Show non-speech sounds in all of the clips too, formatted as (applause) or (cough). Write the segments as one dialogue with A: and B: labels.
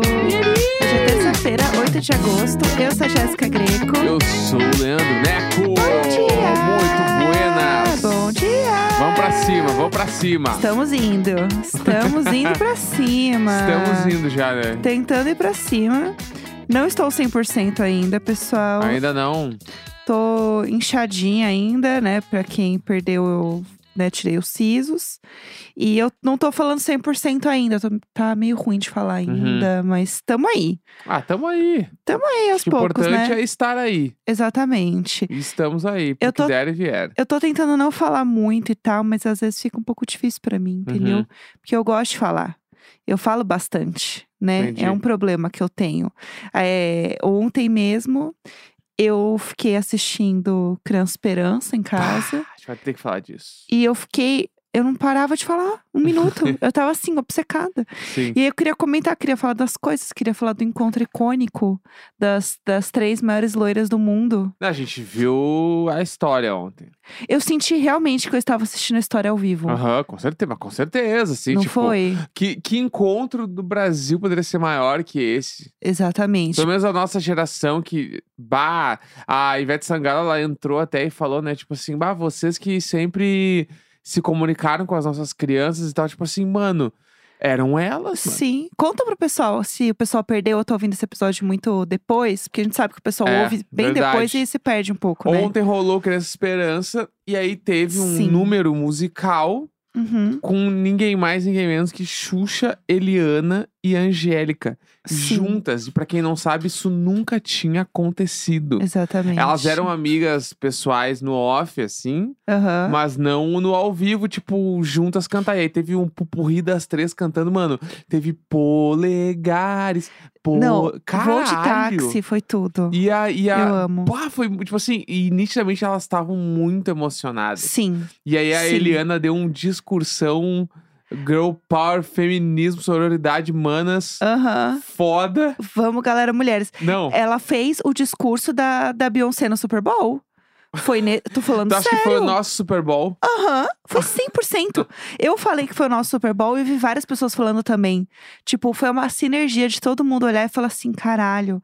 A: 17 é de agosto. Eu sou a Jéssica Greco.
B: Eu sou o Leandro Neco. Bom
A: dia!
B: Muito buenas.
A: Bom dia!
B: Vamos pra cima, vamos pra cima.
A: Estamos indo. Estamos indo
B: (laughs)
A: pra cima.
B: Estamos indo já, né?
A: Tentando ir pra cima. Não estou 100% ainda, pessoal.
B: Ainda não.
A: Tô inchadinha ainda, né? Pra quem perdeu, eu né, tirei os sisos. E eu não tô falando 100% ainda. Tô- tá meio ruim de falar
B: Uhum.
A: ainda, mas tamo aí.
B: Ah, tamo aí.
A: Tamo aí aos
B: o
A: poucos,
B: importante
A: né?
B: é estar aí.
A: Exatamente.
B: E Estamos aí, porque
A: Eu tô-
B: der e vier.
A: Eu tô tentando não falar muito e tal, mas às vezes fica um pouco difícil pra mim, entendeu?
B: Uhum.
A: Porque eu gosto de falar. Eu falo bastante, né?
B: Entendi.
A: É um problema que eu tenho. É, ontem mesmo eu fiquei assistindo Criança Esperança em casa
B: A gente vai ter que falar disso.
A: e eu fiquei. Eu não parava de falar um
B: (laughs)
A: minuto. eu tava assim, obcecada.
B: Sim.
A: E aí eu queria comentar, queria falar das coisas, queria falar do encontro icônico das, das três maiores loiras do mundo.
B: A gente viu a história ontem.
A: Eu senti realmente que eu estava assistindo a história ao vivo.
B: Aham, com certeza, mas com certeza, sim.
A: Hum. não
B: tipo,
A: foi?
B: Que, que encontro do Brasil poderia ser maior que esse?
A: Exatamente.
B: Pelo menos a nossa geração que, bah, a Ivete Sangalo, ela entrou até e falou, né, tipo assim, bah, vocês que sempre se comunicaram com as nossas crianças e tal, tipo assim, mano, eram elas, mano.
A: Sim. Conta pro pessoal se o pessoal perdeu ou tá ouvindo esse episódio muito depois, porque a gente sabe que o pessoal
B: É,
A: ouve bem
B: verdade.
A: depois e se perde um pouco, né?
B: Ontem rolou Criança Esperança e aí teve um
A: Sim.
B: número musical
A: Uhum.
B: com ninguém mais, ninguém menos que Xuxa, Eliana e Angélica
A: Sim.
B: juntas. E pra quem não sabe, isso nunca tinha acontecido.
A: Exatamente.
B: Elas eram amigas pessoais no off, assim,
A: Aham.
B: mas não no ao vivo, tipo, juntas cantar. E aí teve um pupurri das três cantando, mano. Teve polegares. Po...
A: Não, voo de
B: Caralho!
A: táxi foi tudo.
B: E a. E
A: Eu
B: a...
A: amo.
B: Pá, foi tipo assim, e nitidamente elas estavam muito emocionadas.
A: Sim.
B: E aí a
A: Sim.
B: Eliana deu um discursão girl power, feminismo, sororidade, manas,
A: Aham. É,
B: foda.
A: Vamos, galera, mulheres.
B: Não,
A: Ela fez o discurso da, da Beyoncé no Super Bowl. Foi. Ne... Tô falando
B: (laughs) tu acha
A: sério.
B: que foi o nosso Super Bowl?
A: Aham, foi 100%. Eu falei que foi o nosso Super Bowl e vi várias pessoas falando também. Tipo, foi uma sinergia de todo mundo olhar e falar assim: caralho,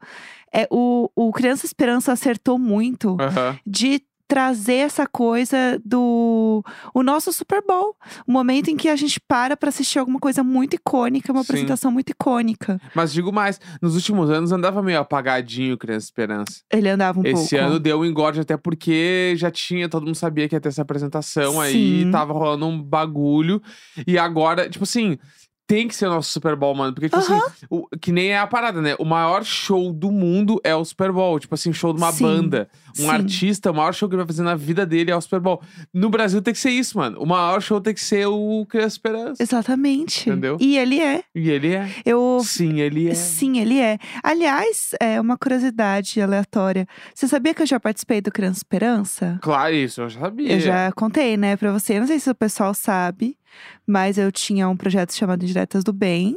A: é, o, o Criança Esperança acertou muito
B: Aham.
A: de trazer essa coisa do o nosso Super Bowl. O momento em que a gente para pra assistir alguma coisa muito icônica, uma
B: Sim.
A: apresentação muito icônica.
B: Mas digo mais, nos últimos anos andava meio apagadinho Criança Esperança.
A: Ele andava um pouco.
B: Esse ano deu um engorde até porque já tinha, todo mundo sabia que ia ter essa apresentação aí,
A: Sim.
B: tava rolando um bagulho. E agora, tipo assim, tem que ser o nosso Super Bowl, mano. Porque, tipo
A: Aham.
B: assim, o- que nem é a parada, né? O maior show do mundo é o Super Bowl. Tipo assim, show de uma
A: Sim.
B: banda. Um
A: Sim.
B: artista, o maior show que ele vai fazer na vida dele é o Super Bowl. No Brasil tem que ser isso, mano. O maior show tem que ser o Criança Esperança.
A: Exatamente.
B: Entendeu?
A: E ele é.
B: E ele é.
A: Eu
B: Sim, ele é.
A: Sim, ele é. Aliás, é uma curiosidade aleatória. Você sabia que eu já participei do Criança Esperança?
B: Claro, isso eu já sabia.
A: Eu já contei, né, pra você. Eu não sei se o pessoal sabe, mas eu tinha um projeto chamado Diretas do Bem,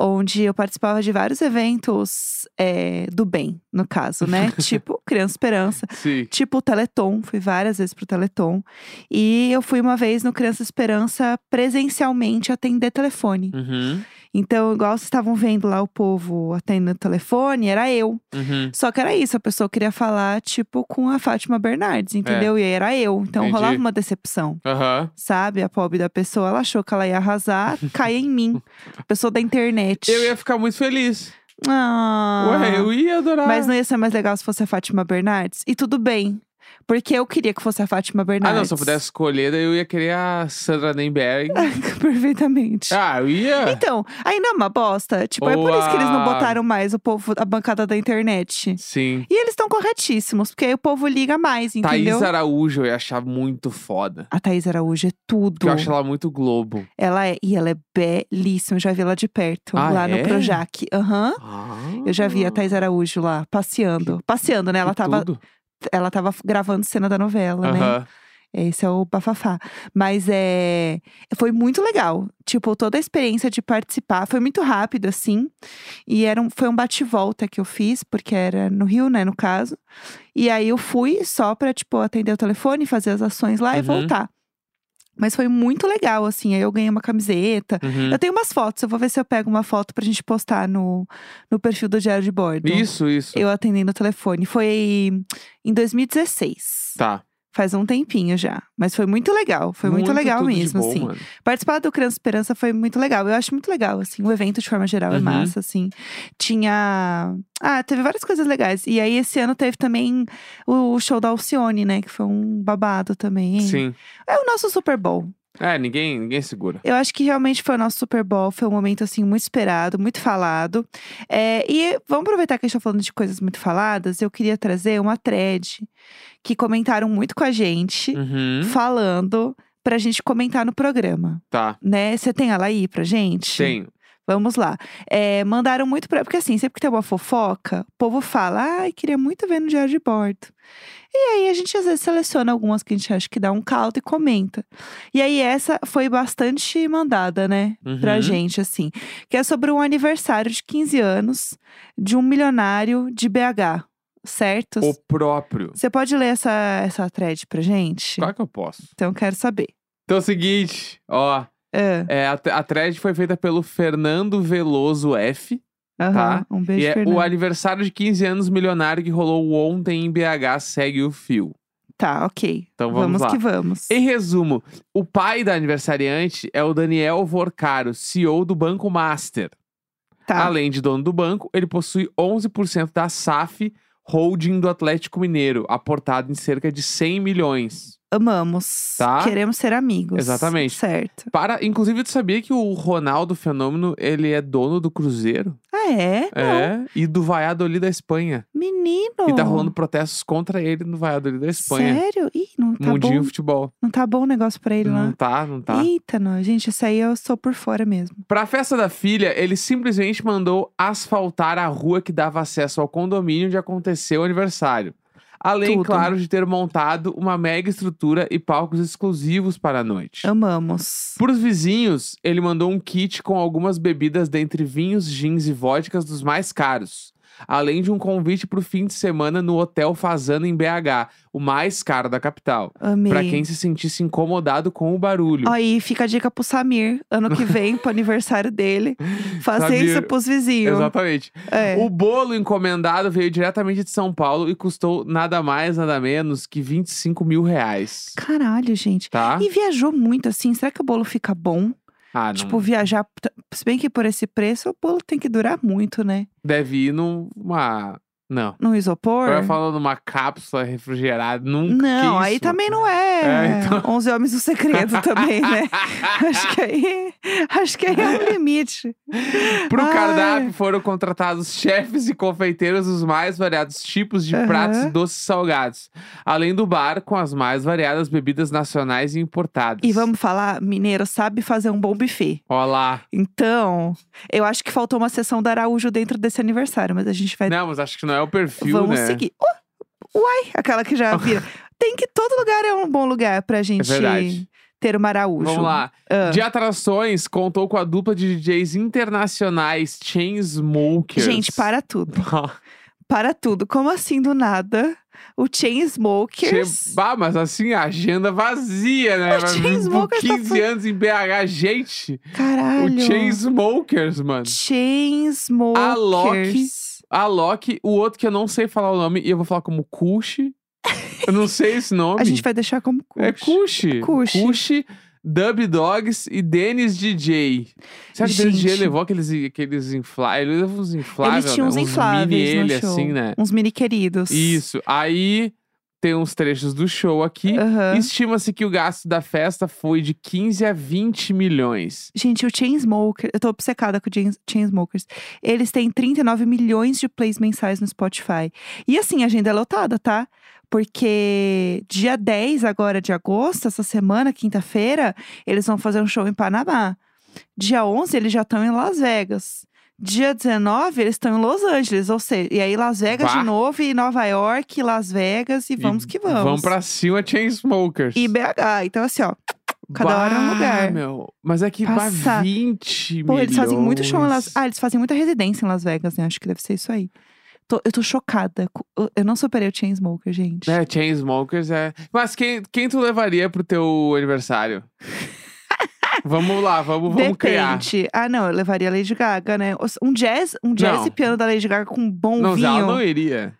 A: onde eu participava de vários eventos é, do bem, no caso, né? tipo Criança Esperança.
B: Sim.
A: Tipo o Teleton, fui várias vezes pro Teleton. E eu fui uma vez no Criança Esperança presencialmente atender telefone.
B: Uhum,
A: Então, igual vocês estavam vendo lá o povo atendendo o telefone, era eu.
B: uhum.
A: Só que era isso, a pessoa queria falar, tipo, com a Fátima Bernardes, entendeu? E aí era eu. Então
B: É. Entendi.
A: rolava uma decepção.
B: Aham.
A: Sabe? A pobre da pessoa, ela achou que ela ia
B: (laughs)
A: arrasar, caia em mim. Pessoa da internet.
B: Eu ia ficar muito feliz.
A: Ah,
B: Ué, eu ia adorar.
A: Mas não ia ser mais legal se fosse a Fátima Bernardes? E tudo bem. Porque eu queria que fosse a Fátima
B: Ah,
A: Bernardes.
B: não, se eu pudesse escolher, daí eu ia querer a Sandra Nemberg.
A: (laughs) Perfeitamente.
B: ah, eu ia.
A: Então, ainda é uma bosta. Tipo, é por
B: Ou
A: isso que eles não
B: a-
A: botaram mais o povo, a bancada da internet.
B: Sim.
A: E eles estão corretíssimos, porque aí o povo liga mais, entendeu?
B: Thaís é- Araújo eu ia achar muito foda.
A: A Thaís Araújo é tudo.
B: Porque eu acho ela muito Globo.
A: Ela é. E ela é belíssima. Eu já vi ela de perto,
B: Ah,
A: lá
B: é?
A: no Projac. Aham.
B: Ah,
A: Eu já vi a Thaís Araújo lá, passeando. Passeando, né? Ela
B: que
A: tava,
B: tudo.
A: ela tava gravando cena da novela, né?
B: Aham.
A: Esse é o bafafá. Mas é. Foi muito legal. Tipo, toda a experiência de participar foi muito rápido, assim. E era um, foi um bate-volta que eu fiz, porque era no Rio, né, no caso. E aí eu fui só pra, tipo, atender o telefone, fazer as ações lá e
B: Uhum.
A: voltar. Mas foi muito legal, assim. Aí eu ganhei uma camiseta.
B: Uhum.
A: Eu tenho umas fotos, eu vou ver se eu pego uma foto pra gente postar no, no perfil do Diário de Bordo.
B: Isso, isso.
A: Eu atendendo o telefone. Foi em 2016.
B: Tá.
A: Faz um tempinho já. Mas foi muito legal. Foi muito, legal
B: tudo de
A: mesmo,
B: bom, né?
A: assim.
B: mano.
A: Participar do Criança Esperança foi muito legal. Eu acho muito legal, assim. O evento, de forma geral, é
B: Uhum.
A: massa, assim. Tinha. Ah, teve várias coisas legais. E aí, esse ano teve também o show da Alcione, né? Que foi um babado também.
B: Sim.
A: É o nosso Super Bowl.
B: É, ninguém, ninguém segura.
A: Eu acho que realmente foi o nosso Super Bowl. Foi um momento, assim, muito esperado, muito falado. É, e vamos aproveitar que a gente tá falando de coisas muito faladas. Eu queria trazer uma thread que comentaram muito com a gente,
B: Uhum.
A: falando pra gente comentar no programa
B: Tá.
A: né? Você tem ela aí pra gente?
B: Tenho.
A: Vamos lá. É, mandaram muito pra. Porque assim, sempre que tem uma fofoca, o povo fala, ai, queria muito ver no diário de bordo. E aí a gente às vezes seleciona algumas que a gente acha que dá um caldo e comenta. E aí essa foi bastante mandada, né? Pra
B: Uhum.
A: gente, assim. Que é sobre um aniversário de 15 anos de um milionário de BH, certo?
B: O próprio.
A: Você pode ler essa, essa thread pra gente?
B: Claro que eu posso.
A: Então eu quero saber.
B: Então é o seguinte, ó.
A: Ah,
B: É, a, a thread foi feita pelo Fernando Veloso F.
A: aham, Um beijo,
B: e é
A: Fernando.
B: o aniversário de 15 anos milionário que rolou ontem em BH segue o fio.
A: Tá, ok.
B: Então vamos lá.
A: que vamos.
B: Em resumo, o pai da aniversariante é o Daniel Vorcaro, CEO do Banco Master.
A: Tá.
B: Além de dono do banco, ele possui 11% da SAF, holding do Atlético Mineiro, aportado em cerca de 100 milhões.
A: Amamos.
B: Tá.
A: Queremos ser amigos.
B: Exatamente.
A: Certo.
B: Para, inclusive, tu sabia que o Ronaldo Fenômeno, ele é dono do Cruzeiro?
A: Ah, é? Não.
B: É, e do Valladolid da Espanha.
A: Menino.
B: E tá rolando protestos contra ele no Valladolid da Espanha.
A: Sério? Ih, não tá
B: Mundinho
A: bom.
B: futebol.
A: Não tá bom o negócio pra ele
B: Não
A: lá.
B: tá, não tá.
A: Eita, não. Gente, isso aí eu sou por fora mesmo.
B: Pra festa da filha, ele simplesmente mandou asfaltar a rua que dava acesso ao condomínio onde aconteceu o aniversário. Além,
A: Tudo.
B: claro, de ter montado uma mega estrutura e palcos exclusivos para a noite.
A: Amamos.
B: Para os vizinhos, ele mandou um kit com algumas bebidas dentre vinhos, gins e vodkas dos mais caros. Além de um convite para o fim de semana no Hotel Fazano em BH, o mais caro da capital.
A: Amei.
B: Para quem se sentisse incomodado com o barulho.
A: Aí fica a dica pro Samir, ano que vem,
B: (laughs)
A: pro aniversário dele. Fazer
B: Samir.
A: isso pros vizinhos.
B: Exatamente.
A: É.
B: O bolo encomendado veio diretamente de São Paulo e custou nada mais, nada menos que 25 mil reais.
A: Caralho, gente.
B: Tá?
A: E viajou muito assim. Será que o bolo fica bom?
B: Ah, não.
A: Tipo, viajar. Se bem que por esse preço, o bolo tem que durar muito, né?
B: Deve ir numa. Não.
A: Num isopor?
B: Agora falando numa cápsula refrigerada. Nunca.
A: Não,
B: que
A: aí
B: isso,
A: também não é,
B: um É, então.
A: (laughs) 11 homens no segredo também,
B: (laughs)
A: né?
B: mano.
A: acho que aí, acho que aí é um limite.
B: Pro
A: Ai.
B: cardápio foram contratados chefes e confeiteiros dos mais variados tipos de
A: Aham.
B: pratos e doces salgados. Além do bar, com as mais variadas bebidas nacionais e importadas.
A: E vamos falar, mineiro sabe fazer um bom buffet.
B: Olá.
A: Então, eu acho que faltou uma sessão da Araújo dentro desse aniversário, mas a gente vai
B: Não, mas acho que não é o perfil,
A: vamos
B: né?
A: seguir. Oh, uai, aquela que
B: (laughs)
A: já vira. Tem que todo lugar é um bom lugar pra
B: É
A: gente
B: verdade.
A: ter uma Araújo.
B: Vamos lá.
A: Ah.
B: De atrações, contou com a dupla de DJs internacionais Chainsmokers.
A: Gente,
B: (laughs)
A: para tudo. Para tudo. Como assim do nada? O Chainsmokers.
B: Che- Bah, mas assim, a agenda vazia, né?
A: O
B: Vai vir
A: Chainsmokers
B: por
A: tá
B: 15 anos em BH, gente.
A: Caralho.
B: O Chainsmokers, mano.
A: Chainsmokers.
B: A Loki. A Loki, o outro que eu não sei falar o nome, e eu vou falar como Kushi. eu não sei esse
A: (laughs)
B: nome.
A: A gente vai deixar como Kush.
B: É Kushi.
A: Kushi.
B: Kushi, Dub Dogs e Dennis DJ. Será que o Dennis
A: Gente.
B: DJ levou aqueles, aqueles infláveis? Ele levou uns infláveis,
A: Eles tinham
B: né?
A: uns infláveis
B: mini
A: no
B: ele,
A: show.
B: assim, né?
A: Uns mini queridos.
B: Isso. Aí tem uns trechos do show aqui.
A: Aham.
B: Estima-se que o gasto da festa foi de 15 a 20 milhões.
A: Gente, o Chainsmokers, eu tô obcecada com o Chains- Chainsmokers. Eles têm 39 milhões de plays mensais no Spotify. E assim, a agenda é lotada, tá? Porque dia 10 agora de agosto, essa semana, quinta-feira, eles vão fazer um show em Panamá. Dia 11, eles já estão em Las Vegas. Dia 19, eles estão em Los Angeles, ou seja, e aí Las Vegas
B: Bah.
A: de novo, e Nova York, e Las Vegas, e vamos que vamos.
B: Vamos pra cima, Chainsmokers.
A: E BH. Então, assim, ó, cada hora é um
B: Bah,
A: lugar.
B: meu. Mas é que
A: Passa.
B: bah, 20
A: Pô, eles fazem muito show em
B: milhões.
A: Las Ah, eles fazem muita residência em Las Vegas, né? Acho que deve ser isso aí. tô- eu tô chocada. co- eu- Eu não superei o Chainsmoker, gente.
B: É, Chainsmokers é. Mas quem, quem tu levaria pro teu
A: (laughs)
B: aniversário? vamos lá, vamos, vamos criar.
A: Depende. Ah, não, eu levaria a Lady Gaga, né? Os- Um jazz, um jazz
B: Não.
A: e piano da Lady Gaga com um bom
B: não, ela
A: vinho.
B: não iria.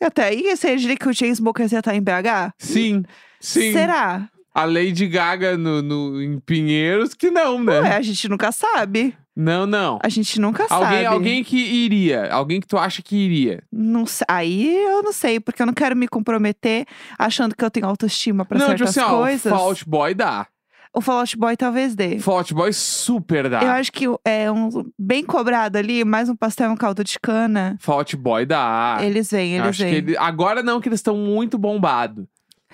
A: Até aí, você diria que o Chainsmokers ia estar em BH?
B: Sim, sim.
A: Será?
B: A Lady Gaga no, no, em Pinheiros, que não, né?
A: Ué, a gente nunca sabe.
B: Não, não.
A: A gente nunca
B: Alguém,
A: sabe.
B: alguém que iria. Alguém que tu acha que iria.
A: Não sei- aí eu não sei, porque eu não quero me comprometer achando que eu tenho autoestima pra
B: não, tipo
A: certas
B: assim,
A: coisas.
B: ó, Fault Boy dá.
A: O Fall Out Boy talvez dê.
B: Fault Boy super dá.
A: Eu acho que é um bem cobrado ali, mais um pastel e um caldo de cana.
B: Fault Boy dá.
A: Eles vêm, eles
B: Ah, acho
A: vêm.
B: que ele- Agora não, que eles estão muito bombados.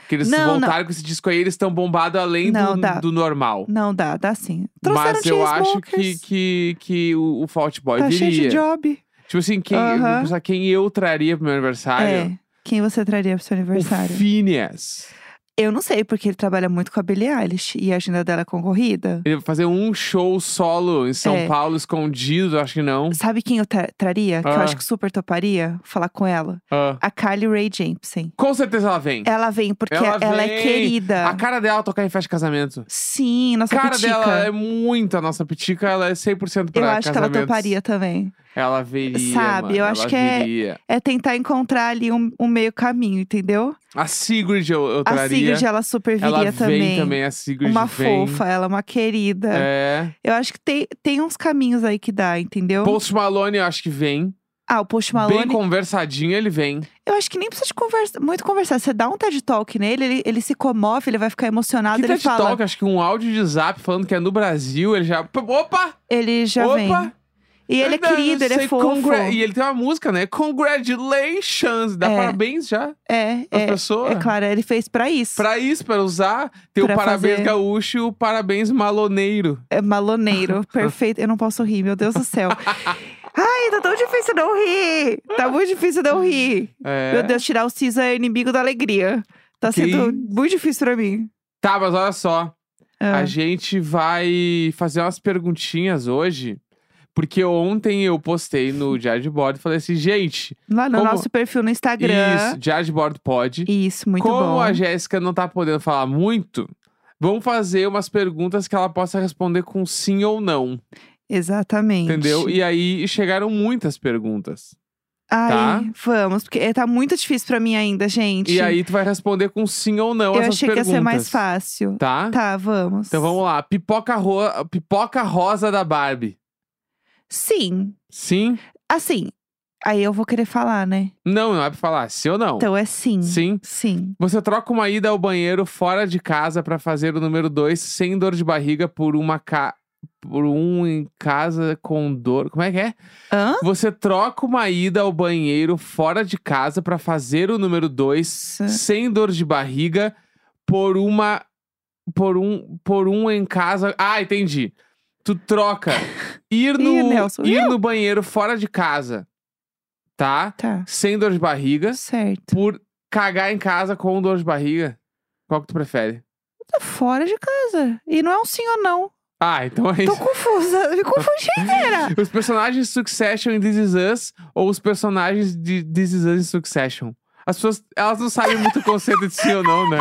B: Que eles
A: Não,
B: voltaram com esse disco aí, eles estão bombados além
A: Não,
B: do,
A: dá.
B: do normal.
A: Não dá, dá sim. Trouxeram
B: Mas eu acho que,
A: Chainsmokers.
B: que, que o, o Fault Boy
A: Tá cheio de
B: viria.
A: job.
B: Tipo assim, quem,
A: Aham.
B: pensar quem eu traria pro meu aniversário?
A: É. Quem você traria pro seu
B: o
A: aniversário?
B: Phineas.
A: Eu não sei, porque ele trabalha muito com a Billie Eilish e a agenda dela é concorrida.
B: Ele vai fazer um show solo em São
A: É.
B: Paulo, escondido, acho que não.
A: Sabe quem eu tra- traria? Que eu
B: Hum. Ah.
A: acho que super toparia falar com ela?
B: Ah.
A: A Kylie Ray Jepsen.
B: Com certeza ela vem.
A: Ela vem porque
B: Ela
A: ela,
B: vem.
A: é querida.
B: A cara dela tocar em festa de casamento.
A: Sim, nossa
B: a cara
A: pitica.
B: dela é muito a nossa pitica, ela é 100% pra
A: Eu acho que ela
B: casamentos.
A: toparia também.
B: Ela viria,
A: Sabe,
B: mano,
A: eu acho
B: ela
A: que é-
B: viria.
A: É tentar encontrar ali um, um meio caminho, entendeu?
B: A Sigrid eu, eu
A: A
B: traria.
A: Sigrid, ela super viria
B: ela vem
A: também.
B: também, a Sigrid
A: Uma
B: vem.
A: fofa, ela é uma querida.
B: É.
A: Eu acho que tem, tem uns caminhos aí que dá, entendeu?
B: Post Malone eu acho que vem.
A: Ah, o Post
B: Bem
A: Malone.
B: conversadinho ele vem.
A: Eu acho que nem precisa de conversa, muito conversar. Você dá um TED Talk nele, ele, ele se comove, ele vai ficar emocionado,
B: que
A: ele
B: TED
A: fala.
B: Talk, acho que um áudio de zap falando que é no Brasil, ele já... Opa!
A: Ele já
B: opa!
A: vem. E ele é
B: Verdade,
A: querido, ele
B: sei,
A: é fofo.
B: congra- E ele tem uma música, né? Congratulations! Dá
A: É.
B: parabéns já
A: É,
B: às
A: é.
B: pessoas.
A: É claro, ele fez pra isso.
B: Pra isso, pra usar, tem
A: Pra
B: o parabéns
A: fazer.
B: gaúcho e o parabéns maloneiro.
A: É
B: (laughs)
A: maloneiro, perfeito. Eu não posso rir, meu Deus do céu. Ai, tá tão difícil não rir. Tá muito difícil não rir.
B: É.
A: Meu Deus, tirar o Cisa é inimigo da alegria. Tá
B: Que
A: sendo
B: isso.
A: muito difícil pra mim.
B: Tá, mas olha só.
A: Ah,
B: A gente vai fazer umas perguntinhas hoje. Porque ontem eu postei no Diário de Bordo e falei assim, gente,
A: Lá no
B: como-
A: nosso perfil no Instagram.
B: isso, Diário de Bordo pode.
A: Isso, muito
B: Como
A: bom.
B: a Jéssica não tá podendo falar muito, vamos fazer umas perguntas que ela possa responder com sim ou não.
A: Exatamente.
B: Entendeu? E aí chegaram muitas perguntas.
A: Ai,
B: Tá.
A: vamos, porque eh, tá muito difícil pra mim ainda, gente.
B: E aí tu vai responder com sim ou não
A: eu
B: essas
A: achei
B: perguntas.
A: que ia ser mais fácil.
B: Tá?
A: Tá, vamos.
B: Então vamos lá. Pipoca, ro- Pipoca rosa da Barbie.
A: Sim.
B: Sim?
A: Assim, aí eu vou querer falar, né?
B: Não, não é pra falar. Sim ou não?
A: Então é sim.
B: Sim.
A: Sim.
B: Você troca uma ida ao banheiro fora de casa pra fazer o número 2 sem dor de barriga por uma ca... por um em casa com dor. Como é que é?
A: Hã?
B: Você troca uma ida ao banheiro fora de casa pra fazer o número 2 sem dor de barriga por uma por um por um em casa. Ah, entendi. Tu
A: (laughs)
B: troca ir no
A: Ih, Nelson,
B: ir no banheiro fora de casa, tá?
A: Tá.
B: Sem dor de barriga
A: Certo.
B: por cagar em casa com dor de barriga. Qual que tu prefere?
A: Tá fora de casa. E não é um sim ou não.
B: Ah, então é
A: Tô
B: isso.
A: confusa. Me confundi
B: (laughs)
A: inteira.
B: Os personagens de Succession em This Is Us ou os personagens de This Is Us em Succession? As pessoas, elas não sabem muito o conceito de sim ou não,
A: (laughs)
B: né?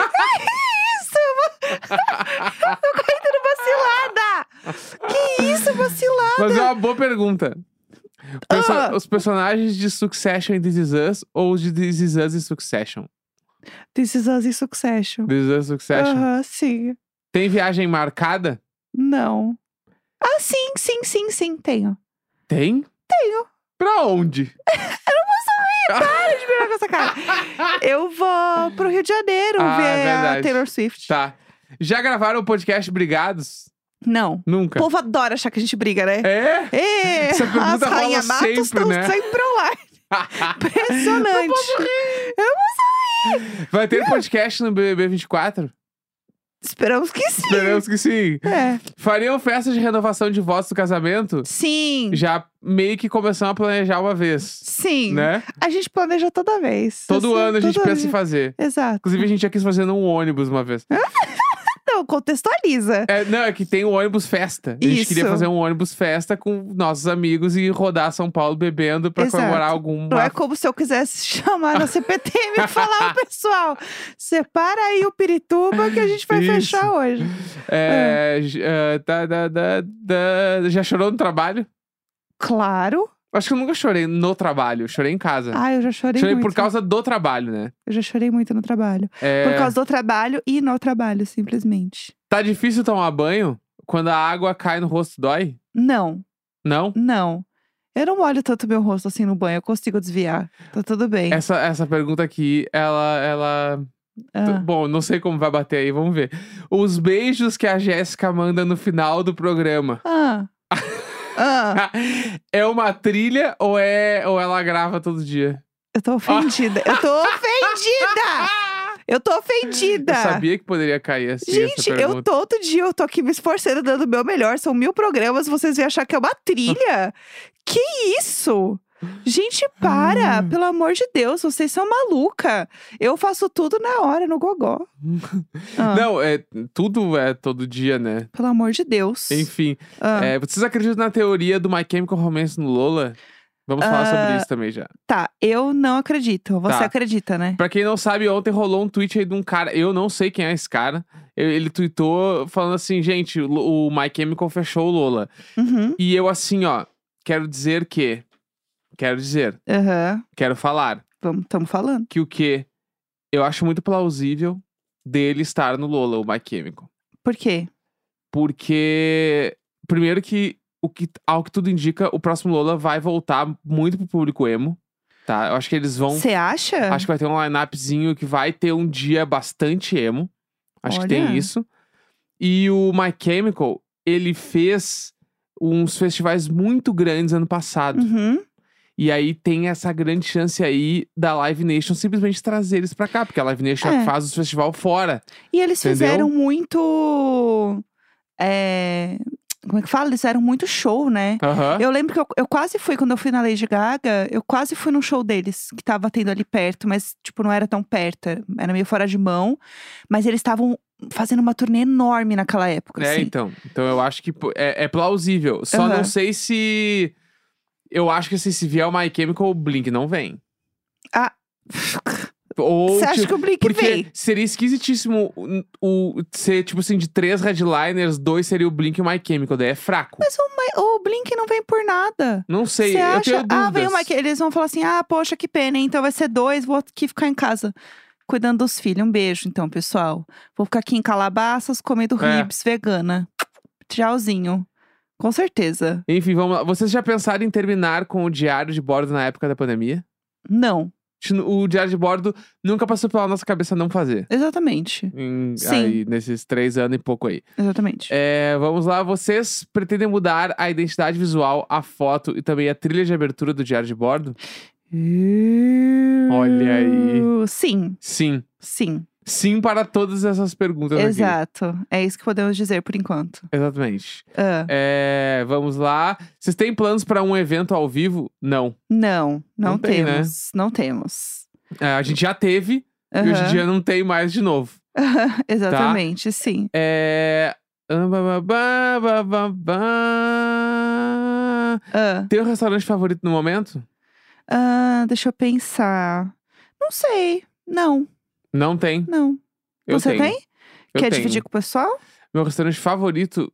A: Isso, eu vou- tô correndo vacilada. Que isso, vacilada.
B: Mas é uma boa pergunta. Perso-
A: Ah.
B: Os personagens de Succession em This Is Us ou os de This Is Us em Succession?
A: This is us in succession.
B: This Is Us Succession.
A: Aham, sim.
B: Tem viagem marcada?
A: Não. Ah, sim, sim, sim, sim, tenho.
B: Tem?
A: Tenho.
B: Pra onde?
A: Para de virar com essa cara. Eu vou pro Rio de Janeiro
B: Ah,
A: ver
B: verdade.
A: a Taylor Swift.
B: Tá. Já gravaram o podcast Brigados?
A: Não.
B: Nunca.
A: O povo adora achar que a gente briga, né?
B: É?
A: Ê,
B: Essa pergunta
A: as rainha
B: rola
A: matos
B: sempre,
A: estão
B: né?
A: sempre online.
B: (laughs)
A: Impressionante.
B: Vai ter podcast no BBB 24?
A: Esperamos que sim.
B: Esperamos que sim.
A: É.
B: Fariam festa de renovação de votos do casamento?
A: Sim.
B: Já meio que começamos a planejar uma vez,
A: Sim.
B: né?
A: A gente planeja toda vez.
B: Todo
A: Assim,
B: ano a gente
A: todo
B: pensa em fazer.
A: Exato.
B: Inclusive, a gente já quis fazer num ônibus uma vez.
A: Não, não, contextualiza.
B: É, não, é que tem o ônibus festa. A gente
A: Isso.
B: queria fazer um ônibus festa com nossos amigos e rodar São Paulo bebendo pra
A: Exato.
B: comemorar algum.
A: Não é como se eu quisesse (laughs) chamar na CPTM e
B: (laughs)
A: falar, ô pessoal, separa aí o Pirituba que a gente vai
B: Isso.
A: fechar hoje.
B: É, j- é, tá, tá, tá, tá. Já chorou no trabalho?
A: Claro.
B: Acho que eu nunca chorei no trabalho, eu chorei em casa.
A: Ah, eu já chorei,
B: Tá. chorei
A: muito.
B: por causa do trabalho, né?
A: Eu já chorei muito no trabalho.
B: É,
A: Por causa do trabalho e no trabalho, simplesmente.
B: Tá difícil tomar banho quando a água cai no rosto, dói?
A: Não,
B: Não?
A: não. Eu não molho tanto meu rosto assim no banho, eu consigo desviar. Tá tudo bem.
B: Essa, essa pergunta aqui, ela, ela. t-
A: Ah,
B: Bom, não sei como vai bater aí, vamos ver. Os beijos que a Jéssica manda no final do programa. (laughs)
A: ah. ah.
B: é uma trilha ou é ou ela grava todo dia?
A: Eu tô ofendida. Eu
B: (laughs)
A: tô ofendida!
B: Ah!
A: Eu tô ofendida!
B: Eu sabia que poderia cair assim
A: Gente,
B: essa pergunta.
A: eu todo dia eu tô aqui me esforçando, dando o meu melhor. São mil programas, vocês vêm achar que é uma
B: (laughs)
A: trilha? que isso? Gente, para! Pelo amor de Deus, vocês são maluca. Eu faço tudo na hora, no
B: (laughs)
A: gogó. Ah,
B: Não, é, tudo é todo dia, né?
A: Pelo amor de Deus.
B: Enfim,
A: Ah,
B: é, vocês acreditam na teoria do My Chemical Romance no Lola? Vamos falar sobre
A: Ah.
B: isso também já.
A: Tá, eu não acredito. Você
B: Tá.
A: acredita, né?
B: Pra quem não sabe, ontem rolou um tweet aí de um cara, eu não sei quem é esse cara. eu- Ele tweetou falando assim, gente, o Lo- o My Chemical fechou o Lola.
A: Uhum.
B: E eu assim, ó, quero dizer que, quero dizer,
A: Aham.
B: quero falar
A: Vamos, Tamo falando.
B: que o que eu acho muito plausível dele estar no Lola, o My Chemical.
A: Por quê?
B: Porque, primeiro que, o que, ao que tudo indica, o próximo Lola vai voltar muito pro público emo, tá? Eu acho que eles vão...
A: Você acha?
B: Acho que vai ter um line-upzinho que vai ter um dia bastante emo. Acho que tem
A: Olha.
B: isso. E o My Chemical, ele fez uns festivais muito grandes ano passado.
A: Uhum.
B: E aí tem essa grande chance aí da Live Nation simplesmente trazer eles pra cá, porque a Live Nation
A: É.
B: faz os festival fora.
A: E eles
B: Entendeu?
A: fizeram muito. é, Como é que fala? Eles fizeram muito show, né?
B: Aham.
A: Eu lembro que eu, eu quase fui, quando eu fui na Lady Gaga, eu quase fui num show deles, que tava tendo ali perto, mas, tipo, não era tão perto, era- era meio fora de mão. Mas eles estavam fazendo uma turnê enorme naquela época,
B: É,
A: assim.
B: então. Então eu acho que pô, é, é plausível. Só
A: Aham.
B: não sei se. Eu acho que assim, se vier o My Chemical, o Blink não vem.
A: Ah.
B: então. Ou
A: (laughs) Você
B: tipo,
A: acha que o Blink
B: Porque
A: veio?
B: seria esquisitíssimo o, o- ser, tipo assim, de três headliners, dois seria o Blink e o My Chemical. Daí é fraco.
A: Mas o, Ma- o Blink não vem por nada.
B: não sei,
A: Você
B: eu
A: acha?
B: tenho dúvidas.
A: ah, veio uma. Eles vão falar assim: ah, poxa, que pena, hein? então vai ser dois, vou aqui ficar em casa. Cuidando dos filhos. Um beijo, então, pessoal. Vou ficar aqui em Calabasas comendo
B: É.
A: ribs vegana. Tchauzinho. Com certeza.
B: Enfim, vamos lá. Vocês já pensaram em terminar com o diário de bordo na época da pandemia?
A: Não,
B: A gente- O diário de bordo nunca passou pela nossa cabeça não fazer.
A: exatamente.
B: Em-
A: Sim.
B: aí, nesses três anos e pouco aí.
A: Exatamente.
B: É, vamos lá. Vocês pretendem mudar a identidade visual, a foto e também a trilha de abertura do diário de bordo? Olha aí.
A: Sim,
B: Sim.
A: sim.
B: Sim para todas essas perguntas aqui.
A: Exato. É isso que podemos dizer por enquanto.
B: Exatamente.
A: Ah,
B: É, vamos lá. Vocês têm planos para um evento ao vivo? Não.
A: não, não,
B: Não tem, né?
A: temos. Não temos.
B: É, a gente já teve e hoje em tá?
A: Aham.
B: dia não tem mais de novo.
A: (laughs) Exatamente, sim.
B: É. ah, bah, bah, bah, bah, bah, bah.
A: Ah.
B: Tem um restaurante favorito no momento?
A: Ah, deixa eu pensar. Não sei. Não,
B: Não tem.
A: não.
B: Eu
A: Você
B: tenho.
A: tem?
B: Eu
A: Quer
B: tenho.
A: dividir com o pessoal?
B: Meu restaurante favorito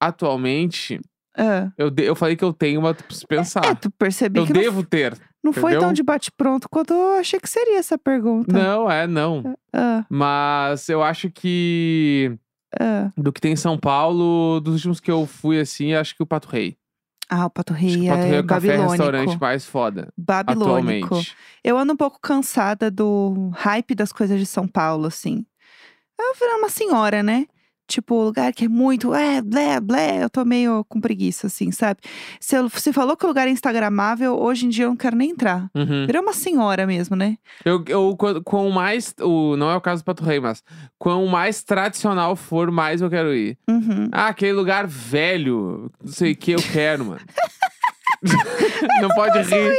B: atualmente.
A: Ah.
B: Eu, de- eu falei que eu tenho, mas eu preciso pensar.
A: É, tu percebi
B: eu
A: que Tá. não-
B: devo ter.
A: não, foi
B: entendeu?
A: tão de bate-pronto quanto eu achei que seria essa pergunta.
B: Não, é, não.
A: Ah,
B: Mas eu acho que.
A: ah.
B: Do que tem em São Paulo, dos últimos que eu fui, assim, acho que o Pato Rei.
A: Ah, o Pato Rei
B: acho que o Pato Rei
A: é
B: é o café restaurante
A: babilônico.
B: mais foda.
A: Babilônico.
B: Atualmente.
A: Eu ando um pouco cansada do hype das coisas de São Paulo, assim. Eu virei uma senhora, né? Tipo, o lugar que é muito, é, blé, blé, eu tô meio com preguiça, assim, sabe? Se eu- se falou que o lugar é instagramável, hoje em dia eu não quero nem entrar.
B: Uhum.
A: Virou uma senhora mesmo, né?
B: Eu, eu, quando- quão mais. O, não é o caso do Pato Rei, mas. Quão mais tradicional for, mais eu quero ir.
A: Uhum. (laughs)
B: Ah, aquele lugar velho. Não sei o que eu quero, mano. Não pode rir.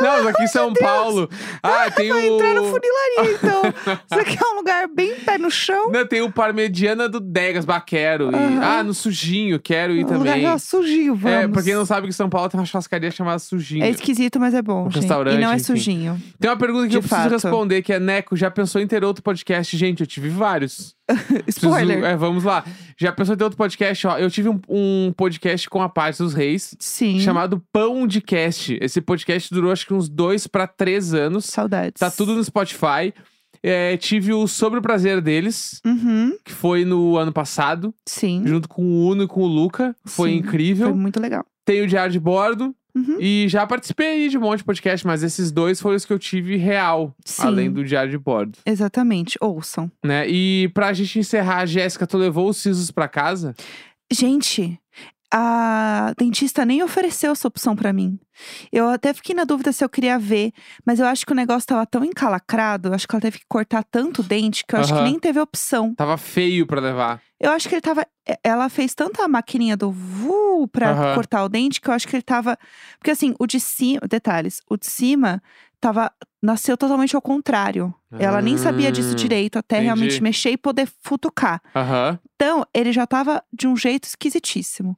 B: Não, mas aqui em São Paulo. Ah, tem
A: Vai
B: o.
A: entrar no funilaria,
B: (laughs)
A: então. Isso aqui é um lugar bem pé no chão.
B: Não, tem o parmegiana do Degas, bah, quero ir.
A: Aham.
B: Ah, no Sujinho, quero ir
A: um lugar
B: também.
A: que é sujinho, vamos.
B: É, pra quem não sabe que em São Paulo tem uma churrascaria chamada Sujinho.
A: É esquisito, mas é bom,
B: Um
A: gente.
B: restaurante,
A: E não é
B: enfim.
A: sujinho.
B: Tem uma pergunta que
A: De
B: eu preciso
A: fato.
B: responder, que é Neco, já pensou em ter outro podcast? Gente, eu tive vários. Preciso-
A: Spoiler.
B: é, vamos lá. Já pensou em ter outro podcast? Ó, eu tive um, um podcast com a parte dos reis,
A: Sim.
B: chamado Pão de Cast. Esse podcast durou acho que uns dois pra três anos.
A: Saudades.
B: Tá tudo no Spotify. É, tive o Sobre o Prazer deles,
A: Uhum,
B: que foi no ano passado,
A: sim.
B: junto com o Uno e com o Luca. Foi
A: Hum. Sim,
B: incrível.
A: Foi muito legal.
B: Tem o Diário de Bordo.
A: Uhum.
B: E já participei aí de um monte de podcast, mas esses dois foram os que eu tive real,
A: Sim.
B: além do Diário de Bordo.
A: Exatamente. Ouçam.
B: Né? E pra gente encerrar, Jéssica, tu levou os sisos pra casa?
A: Gente, a dentista nem ofereceu essa opção pra mim. Eu até fiquei na dúvida se eu queria ver, mas eu acho que o negócio tava tão encalacrado, eu acho que ela teve que cortar tanto dente que eu acho que
B: Aham.
A: nem teve opção.
B: Tava feio pra levar.
A: Eu acho que ele tava. e- Ela fez tanta maquininha do VU pra
B: Aham.
A: cortar o dente que eu acho que ele tava. Porque assim, o de cima. Detalhes, o de cima tava. Nasceu totalmente ao contrário. Ela nem sabia disso
B: Hum,
A: direito até
B: entendi.
A: realmente mexer e poder futucar.
B: Aham.
A: Então, ele já tava de um jeito esquisitíssimo.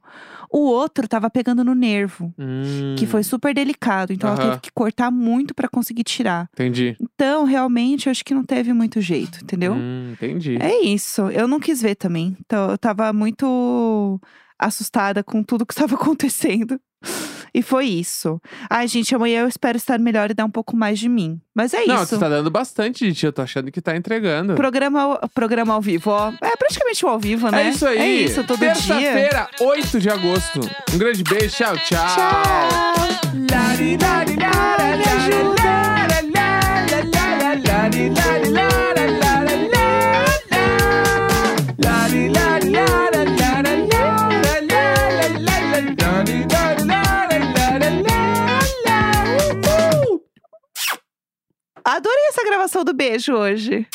A: O outro tava pegando no nervo,
B: Hum,
A: que foi super delicado. Então, ela
B: Aham.
A: teve que cortar muito pra conseguir tirar.
B: Entendi.
A: Então, realmente, eu acho que não teve muito jeito, entendeu?
B: Hum, entendi.
A: É isso. Eu não quis ver também. Então, eu tava muito assustada com tudo que (laughs) estava acontecendo. E foi isso. Ai, gente, amanhã eu espero estar melhor e dar um pouco mais de mim. Mas é
B: Não,
A: isso.
B: tu tá dando bastante de ti, eu tô achando que tá entregando.
A: Programa, ao- programa ao vivo, ó. É praticamente um ao vivo, né?
B: É isso aí.
A: É isso, todo dia.
B: Terça-feira, 8 de agosto. Um grande beijo, tchau, tchau.
A: Tchau. Me ajuda. Adorei essa gravação do beijo hoje.